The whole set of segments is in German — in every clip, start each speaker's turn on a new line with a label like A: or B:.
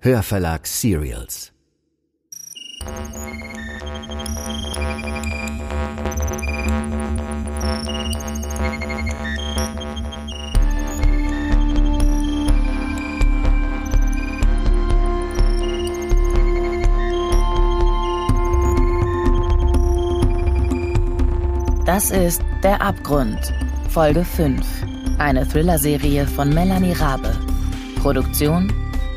A: Hörverlag Serials.
B: Das ist Der Abgrund, Folge 5. Eine Thriller-Serie von Melanie Rabe. Produktion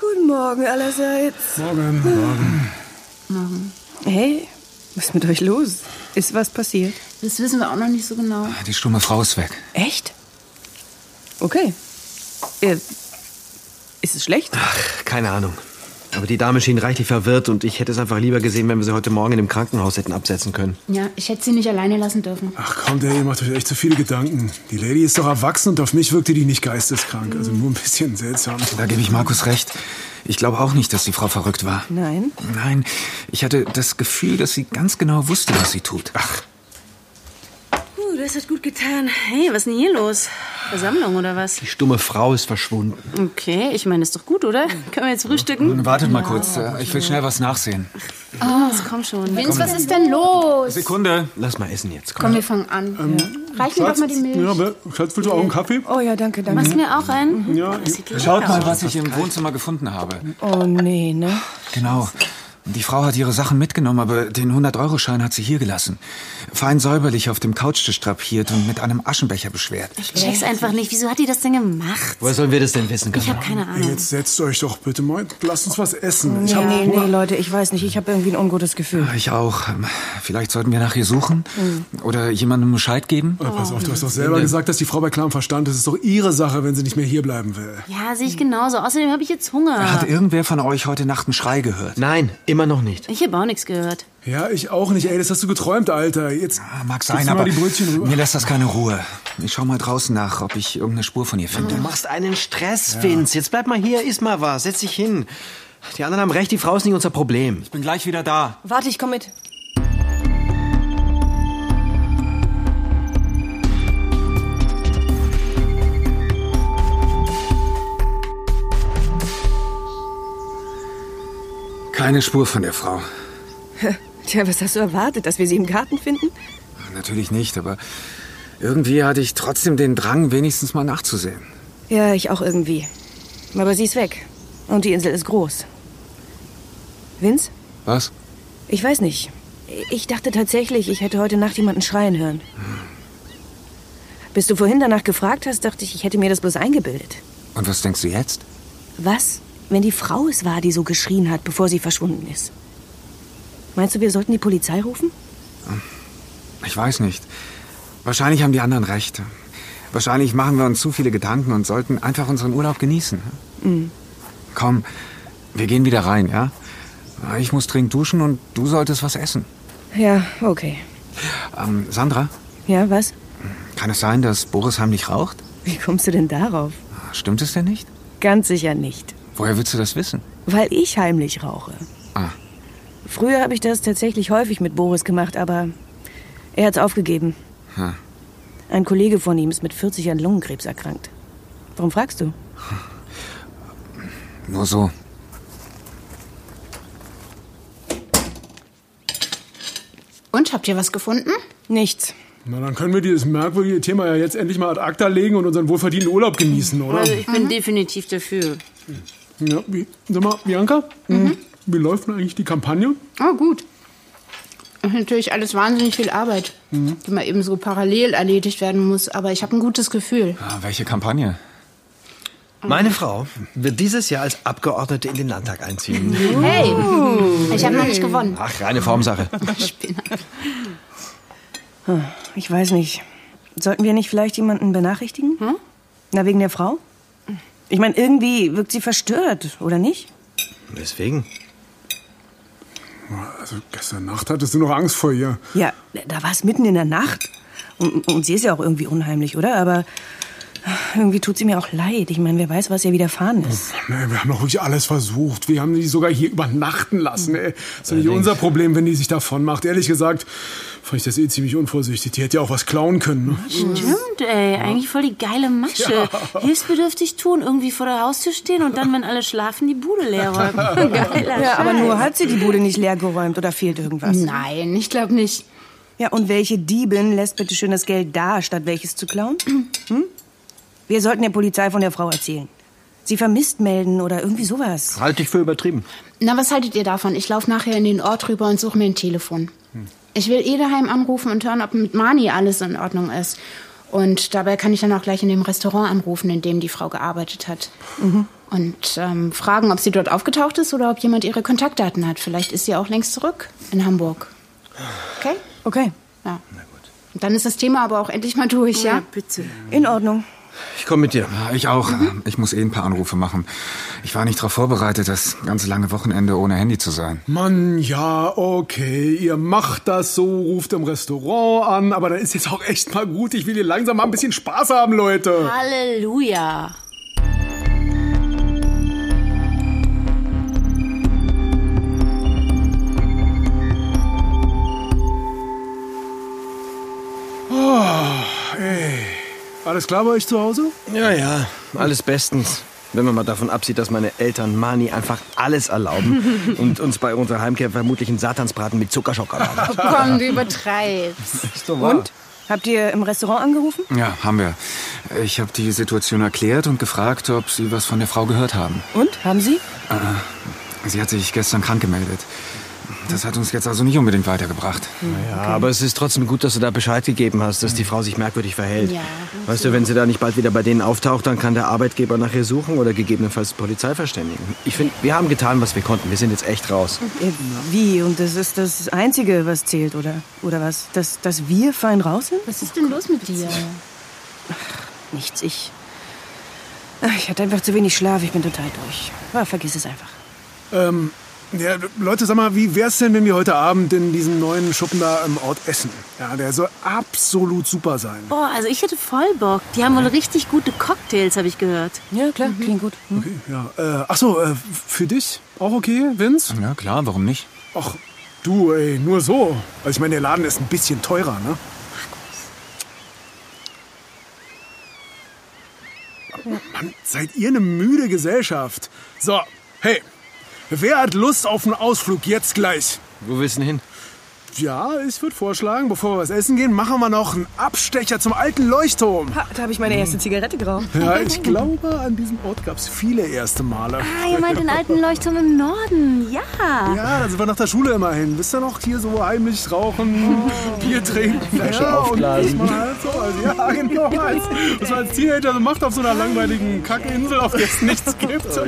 C: Guten Morgen allerseits.
D: Morgen. Morgen.
C: Hey, was ist mit euch los? Ist was passiert?
E: Das wissen wir auch noch nicht so genau.
F: Ah,
D: Die stumme Frau ist weg.
C: Echt? Okay. Äh, ist es schlecht?
F: Keine Ahnung. Aber die Dame schien reichlich verwirrt und ich hätte es einfach lieber gesehen, wenn wir sie heute Morgen in dem Krankenhaus hätten absetzen können.
E: Ja, ich hätte sie nicht alleine lassen dürfen.
D: Ach komm, der, ihr macht euch echt zu viele Gedanken. Die Lady ist doch erwachsen und auf mich wirkte die nicht geisteskrank. Also nur ein bisschen seltsam.
F: Da gebe ich Markus recht. Ich glaube auch nicht, dass die Frau verrückt war.
C: Nein.
F: Nein, ich hatte das Gefühl, dass sie ganz genau wusste, was sie tut. Ach,
G: Uh, das hat gut getan. Hey, was ist denn hier los? Versammlung oder was?
F: die stumme Frau ist verschwunden.
G: Okay, ich meine, ist doch gut, oder? Können wir jetzt frühstücken?
F: Wartet mal kurz, äh, ich will schnell was nachsehen.
G: Was, komm schon.
E: Vince, was ist denn los?
D: Also
F: Sekunde. Lass mal essen jetzt, komm.
E: Komm, wir fangen an. ja. Reich mir doch mal die Milch.
D: Ja, aber, Ähm, Schatz, willst du auch einen Kaffee?
C: Oh ja, danke, danke.
G: Machst mir auch einen?
D: Ja,
F: Schaut mal, was ich im Wohnzimmer gefunden habe.
C: Oh nee, ne?
F: Genau. Die Frau hat ihre Sachen mitgenommen, aber den 100-Euro-Schein hat sie hier gelassen. Fein säuberlich auf dem Couchtisch drapiert und mit einem Aschenbecher beschwert.
G: Ich check's einfach nicht. Wieso hat die das denn gemacht?
F: Woher sollen wir das denn wissen?
G: Ich habe keine Ahnung.
D: jetzt setzt euch doch bitte mal. Lasst uns was essen. Ich
C: Ja,
D: hab
C: nee,
D: Hunger.
C: nee, Leute, ich weiß nicht. Ich habe irgendwie ein ungutes Gefühl.
F: Ich auch. Vielleicht sollten wir nach ihr suchen oder jemandem Bescheid geben.
D: Oh, pass auf, du hast doch selber gesagt, dass die Frau bei klarem Verstand ist. Es ist doch ihre Sache, wenn sie nicht mehr hier bleiben will.
G: Ja, sehe ich genauso. Außerdem habe ich jetzt Hunger.
F: Hat irgendwer von euch heute Nacht einen Schrei gehört?
H: Nein, immer noch nicht.
G: Ich habe auch nichts gehört.
D: Ja, ich auch nicht. Ey, das hast du geträumt, Alter. Jetzt
F: Ah, Mag
D: gibst
F: sein,
D: du mal
F: aber
D: die Brötchen rüber.
F: mir lässt das keine Ruhe. Ich schau mal draußen nach, ob ich irgendeine Spur von ihr finde.
H: Du machst einen Stress, Vince. Jetzt bleib mal hier, iss mal was, setz dich hin. Die anderen haben recht, die Frau ist nicht unser Problem.
F: Ich bin gleich wieder da.
C: Warte, ich komm mit.
F: Keine Spur von der Frau.
C: Tja, was hast du erwartet, dass wir sie im Garten finden?
F: Natürlich nicht, aber irgendwie hatte ich trotzdem den Drang, wenigstens mal nachzusehen.
C: Ja, ich auch irgendwie. Aber sie ist weg. Und die Insel ist groß. Vince?
F: Was?
C: Ich weiß nicht. Ich dachte tatsächlich, ich hätte heute Nacht jemanden schreien hören. Bis du vorhin danach gefragt hast, dachte ich, ich hätte mir das bloß eingebildet.
F: Und was denkst du jetzt?
C: Was, wenn die Frau es war, die so geschrien hat, bevor sie verschwunden ist? Meinst du, wir sollten die Polizei rufen?
F: Ich weiß nicht. Wahrscheinlich haben die anderen recht. Wahrscheinlich machen wir uns zu viele Gedanken und sollten einfach unseren Urlaub genießen. Komm, wir gehen wieder rein, ja? Ich muss dringend duschen und du solltest was essen.
C: Ja, okay.
F: Ähm, Sandra,
C: Ja, was?
F: kann es sein, dass Boris heimlich raucht?
C: Wie kommst du denn darauf?
F: Stimmt es denn nicht?
C: Ganz sicher nicht.
F: Woher willst du das wissen?
C: Weil ich heimlich rauche.
F: Ah.
C: Früher habe ich das tatsächlich häufig mit Boris gemacht, aber er hat es aufgegeben.
F: Hm.
C: Ein Kollege von ihm ist mit 40 an Lungenkrebs erkrankt. Warum fragst du?
F: Nur so.
E: Und habt ihr was gefunden?
C: Nichts.
D: Na, dann können wir dieses merkwürdige Thema ja jetzt endlich mal ad acta legen und unseren wohlverdienten Urlaub genießen, oder?
G: Also ich bin definitiv dafür.
D: Ja, wie, sag mal, Bianca,
C: Mhm.
D: wie läuft denn eigentlich die Kampagne?
E: Oh, gut. Das ist natürlich alles wahnsinnig viel Arbeit,
D: Mhm.
E: die mal eben so parallel erledigt werden muss. Aber ich habe ein gutes Gefühl.
F: Ah, welche Kampagne?
H: Meine Frau wird dieses Jahr als Abgeordnete in den Landtag einziehen.
I: Hey, ich habe noch nicht gewonnen.
H: Ach, reine Formsache.
C: Ich weiß nicht. Sollten wir nicht vielleicht jemanden benachrichtigen? Na, wegen der Frau? Ich meine, irgendwie wirkt sie verstört, oder nicht?
H: Deswegen.
D: Also gestern Nacht hattest du noch Angst vor ihr.
C: Ja, da war es mitten in der Nacht. Und, und sie ist ja auch irgendwie unheimlich, oder? Aber irgendwie tut sie mir auch leid. Ich meine, wer weiß, was ihr widerfahren ist.
D: Nee, Ne, wir haben doch wirklich alles versucht. Wir haben die sogar hier übernachten lassen. Ey. Das ist ja nicht unser Problem, wenn die sich davon macht. Ehrlich gesagt, fand ich das eh ziemlich unvorsichtig. Die hätte ja auch was klauen können. Ne?
G: Stimmt, ey. Eigentlich voll die geile Masche. Hilfsbedürftig tun, irgendwie vor der Haustür stehen und dann, wenn alle schlafen, die Bude leer räumen. Geiler
C: Ja, aber
G: Scheiß.
C: nur hat sie die Bude nicht leer geräumt oder fehlt irgendwas.
I: Nein, ich glaube nicht.
C: Ja, und welche Diebin lässt bitte schön das Geld da, statt welches zu klauen? Hm? Wir sollten der Polizei von der Frau erzählen. Sie vermisst melden oder irgendwie sowas.
H: Halte ich für übertrieben.
I: Na, was haltet ihr davon? Ich laufe nachher in den Ort rüber und suche mir ein Telefon. Ich will Edeheim anrufen und hören, ob mit Mani alles in Ordnung ist. Und dabei kann ich dann auch gleich in dem Restaurant anrufen, in dem die Frau gearbeitet hat. Und ähm, fragen, ob sie dort aufgetaucht ist oder ob jemand ihre Kontaktdaten hat. Vielleicht ist sie auch längst zurück in Hamburg. Okay?
C: Okay,
I: Ja. Und dann ist das Thema aber auch endlich mal durch, ja?
G: Bitte.
C: in Ordnung.
H: Ich komme mit dir.
F: Ja, Ah, Ich auch. Ich muss eh ein paar Anrufe machen. Ich war nicht darauf vorbereitet, das ganze lange Wochenende ohne Handy zu sein.
D: Mann, ja, okay, ihr macht das so, ruft im Restaurant an, aber dann ist jetzt auch echt mal gut. Ich will hier langsam mal ein bisschen Spaß haben, Leute.
G: Halleluja.
D: Alles klar bei euch zu Hause?
H: Ja, ja, alles bestens. Wenn man mal davon absieht, dass meine Eltern Mani einfach alles erlauben und uns bei unserer Heimkehr vermutlich einen Satansbraten mit
I: Oh
H: Zuckerschokolade.
I: Komm, du übertreibst.
C: Und? Habt ihr im Restaurant angerufen?
F: Ja, haben wir. Ich habe die Situation erklärt und gefragt, ob Sie was von der Frau gehört haben.
C: Und? Haben sie?
F: Sie hat sich gestern krank gemeldet. Das hat uns jetzt also nicht unbedingt weitergebracht.
H: Ja, aber es ist trotzdem gut, dass du da Bescheid gegeben hast, dass die Frau sich merkwürdig verhält.
I: Ja.
H: weißt du, wenn sie da nicht bald wieder bei denen auftaucht, dann kann der Arbeitgeber nach ihr suchen oder gegebenenfalls die Polizei verständigen. Ich finde, wir haben getan, was wir konnten. Wir sind jetzt echt raus.
C: Äh, Wie? Und das ist das Einzige, was zählt, oder? Oder was? Dass, dass wir fein raus sind?
I: Was ist denn los mit dir?
C: Nichts, ich. Ach, Ich hatte einfach zu wenig Schlaf, ich bin total durch. Ah, vergiss es einfach.
D: Ähm, ja, Leute, sag mal, wie wär's denn, wenn wir heute Abend in diesem neuen Schuppen da im Ort essen? Ja, der soll absolut super sein.
G: Boah, also ich hätte voll Bock. Die haben wohl richtig gute Cocktails, habe ich gehört.
C: Mhm.
G: Mhm.
C: Ja, klar, klingt gut. Hm.
D: Okay, ja. Äh, ach so, äh, für dich auch okay, Vince?
F: Ja, klar, warum nicht?
D: Ach, du, ey, nur so. Also ich meine, der Laden ist ein bisschen teurer, ne? Mann, seid ihr eine müde Gesellschaft? So, hey, wer hat Lust auf einen Ausflug jetzt gleich?
H: Wo willst du denn hin?
D: Ja, ich würde vorschlagen, bevor wir was essen gehen, machen wir noch einen Abstecher zum alten Leuchtturm.
C: Ha, da habe ich meine
G: Mhm.
C: erste Zigarette geraucht.
D: Ja, ich glaube, an diesem Ort gab es viele erste Male.
G: Ah, ihr meint den alten Leuchtturm im Norden. Ja.
D: Ja, da sind wir nach der Schule immer hin. Wisst ihr noch, hier so heimlich rauchen, Bier trinken. Oh. Flasche ja, aufblasen. Und das war halt so, also, ja, genau. Als, was man als Teenager so macht auf so einer langweiligen Kackinsel, auf der es nichts gibt.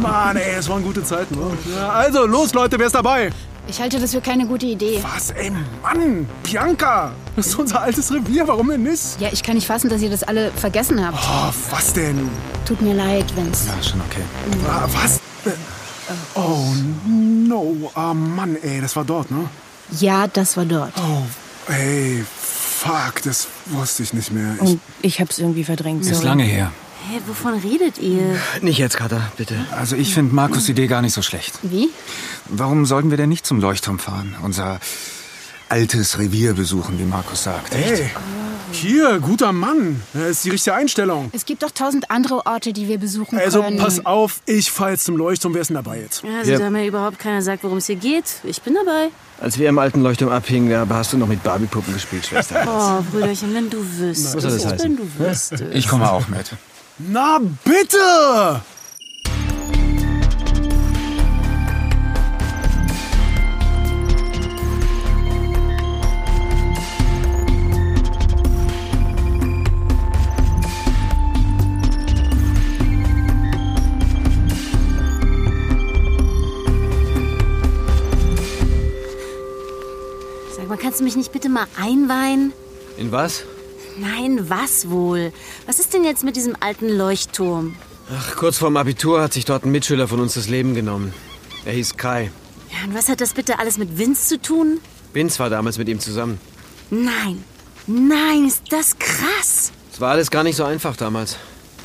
D: Mann, ey, es waren gute Zeiten. ne? Ja, also, los Leute, wer ist dabei?
I: Ich halte das für keine gute Idee.
D: Was, ey, Mann, Bianca. Das ist unser altes Revier, warum denn nicht?
I: Ja, ich kann nicht fassen, dass ihr das alle vergessen habt.
D: Oh, was denn?
I: Tut mir leid, Vince.
F: Ja, schon okay.
D: Ah, Was? Äh, Oh, no. Ah, Mann, ey, das war dort, ne?
I: Ja, das war dort.
D: Oh, ey, fuck, das wusste ich nicht mehr. Ich,
C: Und ich hab's irgendwie verdrängt.
F: Ist
C: sorry.
F: lange her.
G: Hä, wovon redet ihr?
H: Nicht jetzt, Kater, bitte.
F: Also ich finde Markus' Idee gar nicht so schlecht.
I: Wie?
F: Warum sollten wir denn nicht zum Leuchtturm fahren? Unser altes Revier besuchen, wie Markus sagt.
D: ey, hier, guter Mann. Das ist die richtige Einstellung.
I: Es gibt doch tausend andere Orte, die wir besuchen
D: Also,
I: können.
D: pass auf, ich fahr jetzt zum Leuchtturm. Wer ist denn dabei jetzt?
G: Also,
H: Ja.
G: da mir überhaupt keiner sagt, worum es hier geht. Ich bin dabei.
H: Als wir im alten Leuchtturm abhingen, da hast du noch mit Barbiepuppen gespielt, Schwester.
G: Oh, Brüderchen, wenn du wüsstest.
H: Was soll das heißen?
G: Wenn du wüsstest.
F: Ich komme auch mit.
D: Na, bitte!
G: kannst du mich nicht bitte mal einweihen?
H: In was?
G: Nein, was wohl? Was ist denn jetzt mit diesem alten Leuchtturm?
H: Ach, kurz vorm Abitur hat sich dort ein Mitschüler von uns das Leben genommen. Er hieß Kai.
G: Ja, und was hat das bitte alles mit Vince zu tun?
H: Vince war damals mit ihm zusammen.
G: Nein, nein, ist das krass.
H: Es war alles gar nicht so einfach damals.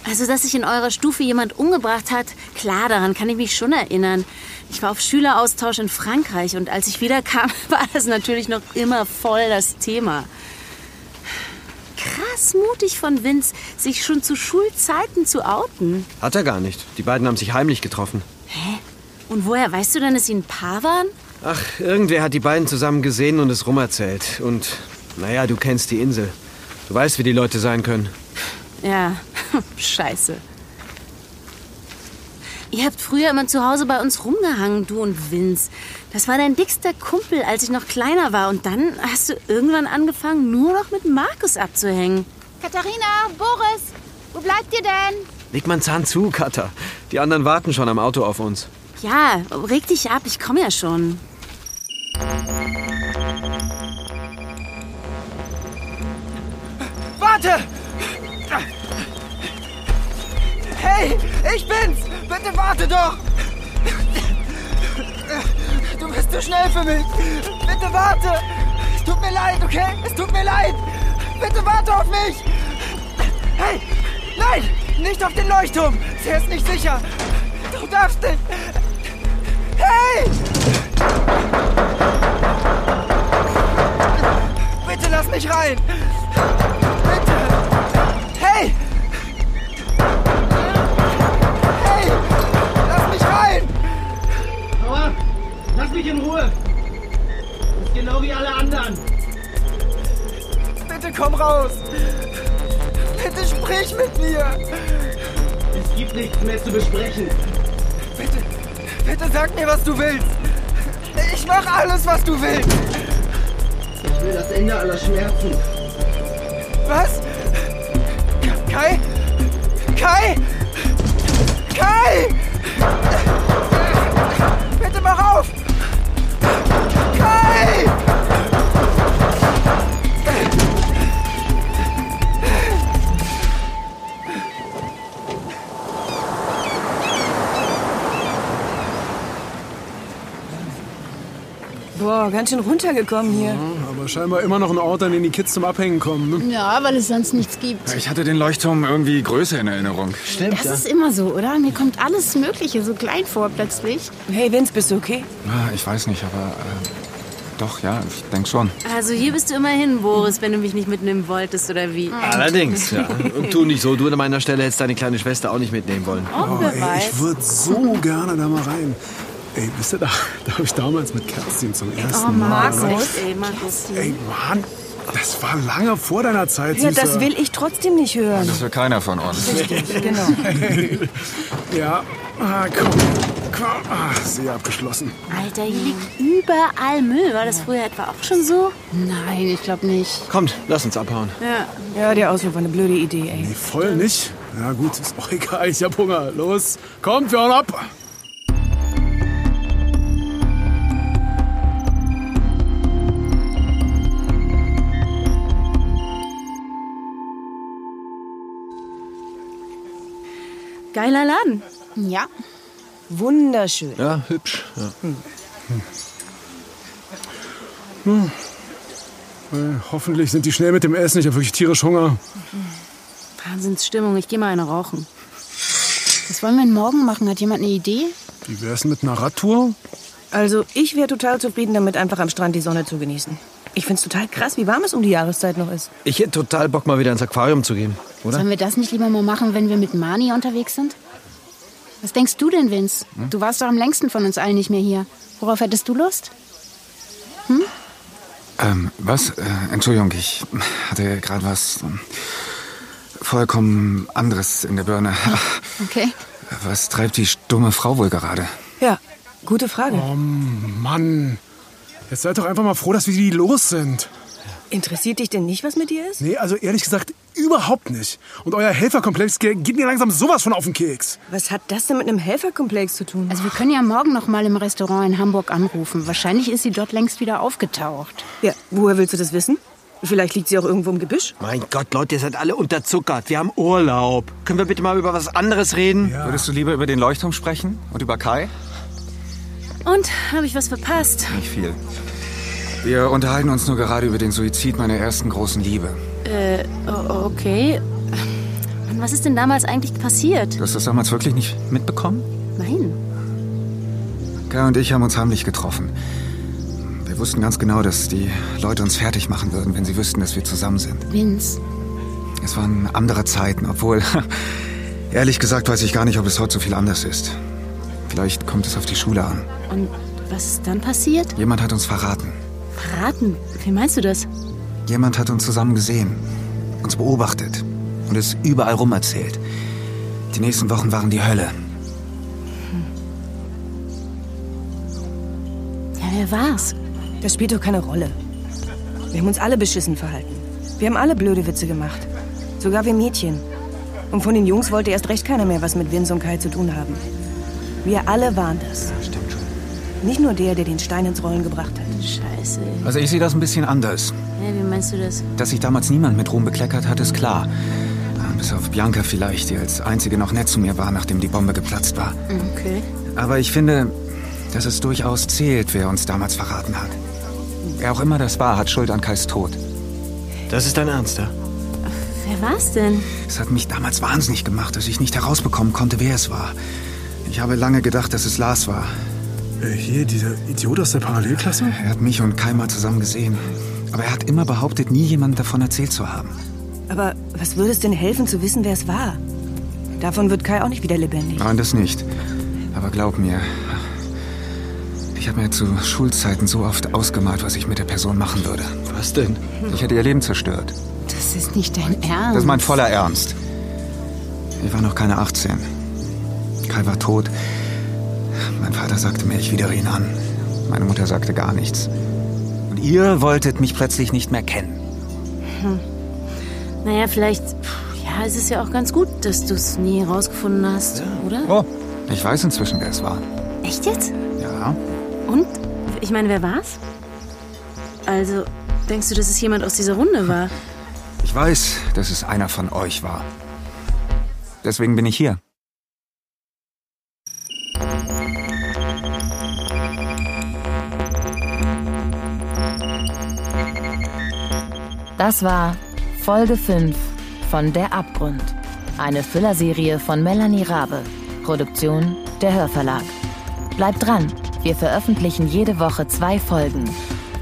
G: Also, dass sich in eurer Stufe jemand umgebracht hat, klar, daran kann ich mich schon erinnern. Ich war auf Schüleraustausch in Frankreich und als ich wiederkam, war das natürlich noch immer voll das Thema. Krass mutig von Vince, sich schon zu Schulzeiten zu outen.
H: Hat er gar nicht. Die beiden haben sich heimlich getroffen.
G: Hä? Und woher weißt du denn, dass sie ein Paar waren?
H: Ach, irgendwer hat die beiden zusammen gesehen und es rumerzählt. Und, naja, du kennst die Insel. Du weißt, wie die Leute sein können.
G: Ja, scheiße. Ihr habt früher immer zu Hause bei uns rumgehangen, du und Vince. Das war dein dickster Kumpel, als ich noch kleiner war. Und dann hast du irgendwann angefangen, nur noch mit Markus abzuhängen.
J: Katharina, Boris, wo bleibt ihr denn?
H: Leg mal einen Zahn zu, Katha. Die anderen warten schon am Auto auf uns.
G: Ja, reg dich ab, ich komme ja schon.
K: Warte! Hey, ich bin's! Bitte warte doch! Du bist zu schnell für mich! Bitte warte! Es tut mir leid, okay? Es tut mir leid! Bitte warte auf mich! Hey! Nein! Nicht auf den Leuchtturm! Der ist nicht sicher! Du darfst nicht! Hey! Bitte lass mich rein! Bitte! Hey! Hey! Lass mich rein!
L: Aua! Lass mich in Ruhe! Das ist genau wie alle anderen!
K: Bitte komm raus! Bitte sprich mit mir!
L: Es gibt nichts mehr zu besprechen!
K: Bitte, bitte sag mir, was du willst! Ich mach alles, was du willst!
L: Ich will das Ende aller Schmerzen!
K: Was? Kai? Kai? Kai! Bitte mach auf! Kai!
C: Boah, ganz schön runtergekommen hier.
D: Aber scheinbar immer noch ein Ort, an den die Kids zum Abhängen kommen. Ne?
I: Ja, weil es sonst nichts gibt.
F: Ich hatte den Leuchtturm irgendwie größer in Erinnerung.
I: Stimmt. Das ist immer so, oder? Mir kommt alles Mögliche so klein vor plötzlich.
C: Hey Vince, bist du okay?
F: Ah, Ich weiß nicht, aber äh, doch, ja, ich denke schon.
G: Also hier bist du immerhin, Boris, wenn du mich nicht mitnehmen wolltest oder wie.
H: Allerdings, ja. Und tu nicht so, du an meiner Stelle hättest deine kleine Schwester auch nicht mitnehmen wollen.
G: Oh, wer
D: ey,
G: weiß.
D: ich würde so gerne da mal rein. Ey, wisst ihr, da, da habe ich damals mit Kerstin zum ersten
G: Oh,
D: Mal.
G: Markus. Echt, ey, Markus.
D: Ey, Mann, das war lange vor deiner Zeit,
C: Ja,
D: Süße.
C: das will ich trotzdem nicht hören.
F: Das will keiner von uns.
C: Genau.
D: Ja, ah, komm. Komm, ah, See abgeschlossen.
G: Alter, hier liegt überall Müll. War das früher etwa auch schon so?
I: Nein, ich glaube nicht.
H: Kommt, lass uns abhauen.
C: Ja, der Ausflug war eine blöde Idee, ey.
D: Nee, voll nicht. Na gut, ist auch egal, ich hab Hunger. Los, kommt, wir hauen ab.
G: Geiler Laden.
I: Ja.
C: Wunderschön.
H: Ja, hübsch. Ja.
D: Äh, hoffentlich sind die schnell mit dem Essen. Ich habe wirklich tierisch Hunger.
G: Wahnsinnsstimmung, ich gehe mal eine rauchen.
I: Was wollen wir denn morgen machen? Hat jemand eine Idee?
D: Wie wär's mit einer Radtour? Oh
C: Also, ich wäre total zufrieden damit, einfach am Strand die Sonne zu genießen. Ich find's total krass, wie warm es um die Jahreszeit noch ist.
H: Ich hätte total Bock, mal wieder ins Aquarium zu gehen, oder?
I: Sollen wir das nicht lieber mal machen, wenn wir mit Mani unterwegs sind? Was denkst du denn, Vince? Du warst doch am längsten von uns allen nicht mehr hier. Worauf hättest du Lust?
F: Ähm, was? Äh, Entschuldigung, ich hatte gerade was ähm, vollkommen anderes in der Birne.
I: Okay.
F: Was treibt die stumme Frau wohl gerade?
C: Ja, gute Frage.
D: Mann, jetzt seid doch einfach mal froh, dass wir die los sind.
C: Interessiert dich denn nicht, was mit dir ist?
D: Nee, also ehrlich gesagt, überhaupt nicht. Und euer Helferkomplex ge- geht mir langsam sowas von auf den Keks.
C: Was hat das denn mit einem Helferkomplex zu tun?
I: Also wir können ja morgen noch mal im Restaurant in Hamburg anrufen. Wahrscheinlich ist sie dort längst wieder aufgetaucht.
C: Ja, woher willst du das wissen? Vielleicht liegt sie auch irgendwo im Gebüsch.
H: Mein Gott, Leute, ihr seid alle unterzuckert. Wir haben Urlaub. Können wir bitte mal über was anderes reden?
F: Würdest du lieber über den Leuchtturm sprechen und über Kai?
G: Und habe ich was verpasst?
F: Nicht viel. Wir unterhalten uns nur gerade über den Suizid meiner ersten großen Liebe.
G: Äh, o- okay. Mann, was ist denn damals eigentlich passiert?
F: Du hast das damals wirklich nicht mitbekommen?
G: Nein.
F: Kai und ich haben uns heimlich getroffen. Wir wussten ganz genau, dass die Leute uns fertig machen würden, wenn sie wüssten, dass wir zusammen sind.
I: Vince.
F: Es waren andere Zeiten, obwohl, ehrlich gesagt, weiß ich gar nicht, ob es heute so viel anders ist. Vielleicht kommt es auf die Schule an.
G: Und was ist dann passiert?
F: Jemand hat uns verraten.
G: Verraten. Wie meinst du das?
F: Jemand hat uns zusammen gesehen, uns beobachtet und es überall rum erzählt. Die nächsten Wochen waren die Hölle.
G: Ja, wer war's?
C: Das spielt doch keine Rolle. Wir haben uns alle beschissen verhalten. Wir haben alle blöde Witze gemacht. Sogar wir Mädchen. Und von den Jungs wollte erst recht keiner mehr was mit Vince und Kai zu tun haben. Wir alle waren das.
F: Stimmt schon.
C: Nicht nur der, der den Stein ins Rollen gebracht hat.
G: Scheiße.
F: Also ich sehe das ein bisschen anders.
G: Hä, wie meinst du das?
F: Dass sich damals niemand mit Ruhm bekleckert hat, ist klar. Äh, Bis auf Bianca vielleicht, die als einzige noch nett zu mir war, nachdem die Bombe geplatzt war.
G: Okay.
F: Aber ich finde, dass es durchaus zählt, wer uns damals verraten hat. Wer auch immer das war, hat Schuld an Kais Tod.
H: Das ist dein Ernst, ja?
G: Wer war's denn?
F: Es hat mich damals wahnsinnig gemacht, dass ich nicht herausbekommen konnte, wer es war. Ich habe lange gedacht, dass es Lars war.
D: Äh, hier, dieser Idiot aus der Parallelklasse?
F: Er hat mich und Kai mal zusammen gesehen. Aber er hat immer behauptet, nie jemandem davon erzählt zu haben.
C: Aber was würde es denn helfen, zu wissen, wer es war? Davon wird Kai auch nicht wieder lebendig.
F: Nein, das nicht. Aber glaub mir, ich habe mir zu Schulzeiten so oft ausgemalt, was ich mit der Person machen würde. Was denn? Ich hätte ihr Leben zerstört.
I: Das ist nicht dein Ernst.
F: Das ist mein voller Ernst. Ich war noch keine 18. Kai war tot. Mein Vater sagte mir, ich widere ihn an. Meine Mutter sagte gar nichts. Und ihr wolltet mich plötzlich nicht mehr kennen.
G: Naja, vielleicht. pff, Ja, es ist ja auch ganz gut, dass du es nie herausgefunden hast, oder?
F: Oh. Ich weiß inzwischen, wer es war.
G: Echt jetzt?
F: Ja.
G: Und? Ich meine, wer war's? Also, denkst du, dass es jemand aus dieser Runde war?
F: Ich weiß, dass es einer von euch war. Deswegen bin ich hier.
B: Das war Folge 5 von Der Abgrund. Eine Füllerserie von Melanie Rabe. Produktion der Hörverlag. Bleibt dran, wir veröffentlichen jede Woche zwei Folgen.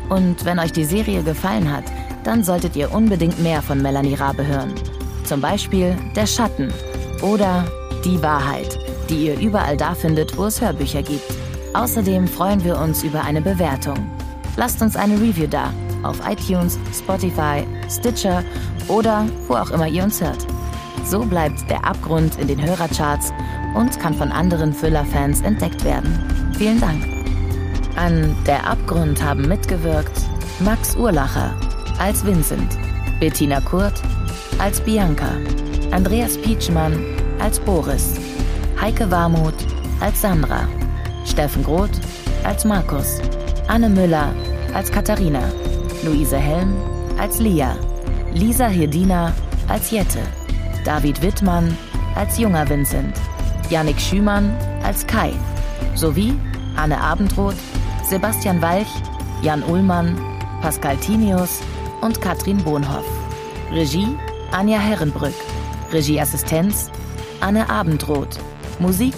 B: Und wenn euch die Serie gefallen hat, dann solltet ihr unbedingt mehr von Melanie Rabe hören. Zum Beispiel Der Schatten oder Die Wahrheit, die ihr überall da findet, wo es Hörbücher gibt. Außerdem freuen wir uns über eine Bewertung. Lasst uns eine Review da auf iTunes, Spotify, Stitcher oder wo auch immer ihr uns hört. So bleibt der Abgrund in den Hörercharts und kann von anderen Füller-Fans entdeckt werden. Vielen Dank. An Der Abgrund haben mitgewirkt Max Urlacher als Vincent, Bettina Kurt als Bianca, Andreas Pietschmann als Boris, Heike Warmuth als Sandra, Steffen Groth als Markus, Anne Müller als Katharina, Luise Helm als Lia, Lisa Hirdina als Jette, David Wittmann als junger Vincent, Yannick Schümann als Kai, sowie Anne Abendroth, Sebastian Walch, Jan Ullmann, Pascal Tinius und Katrin Bohnhoff. Regie Anja Herrenbrück. Regieassistenz Anne Abendroth. Musik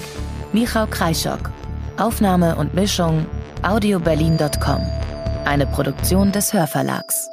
B: Michał Kreischock. Aufnahme und Mischung audioberlin.com. Eine Produktion des Hörverlags.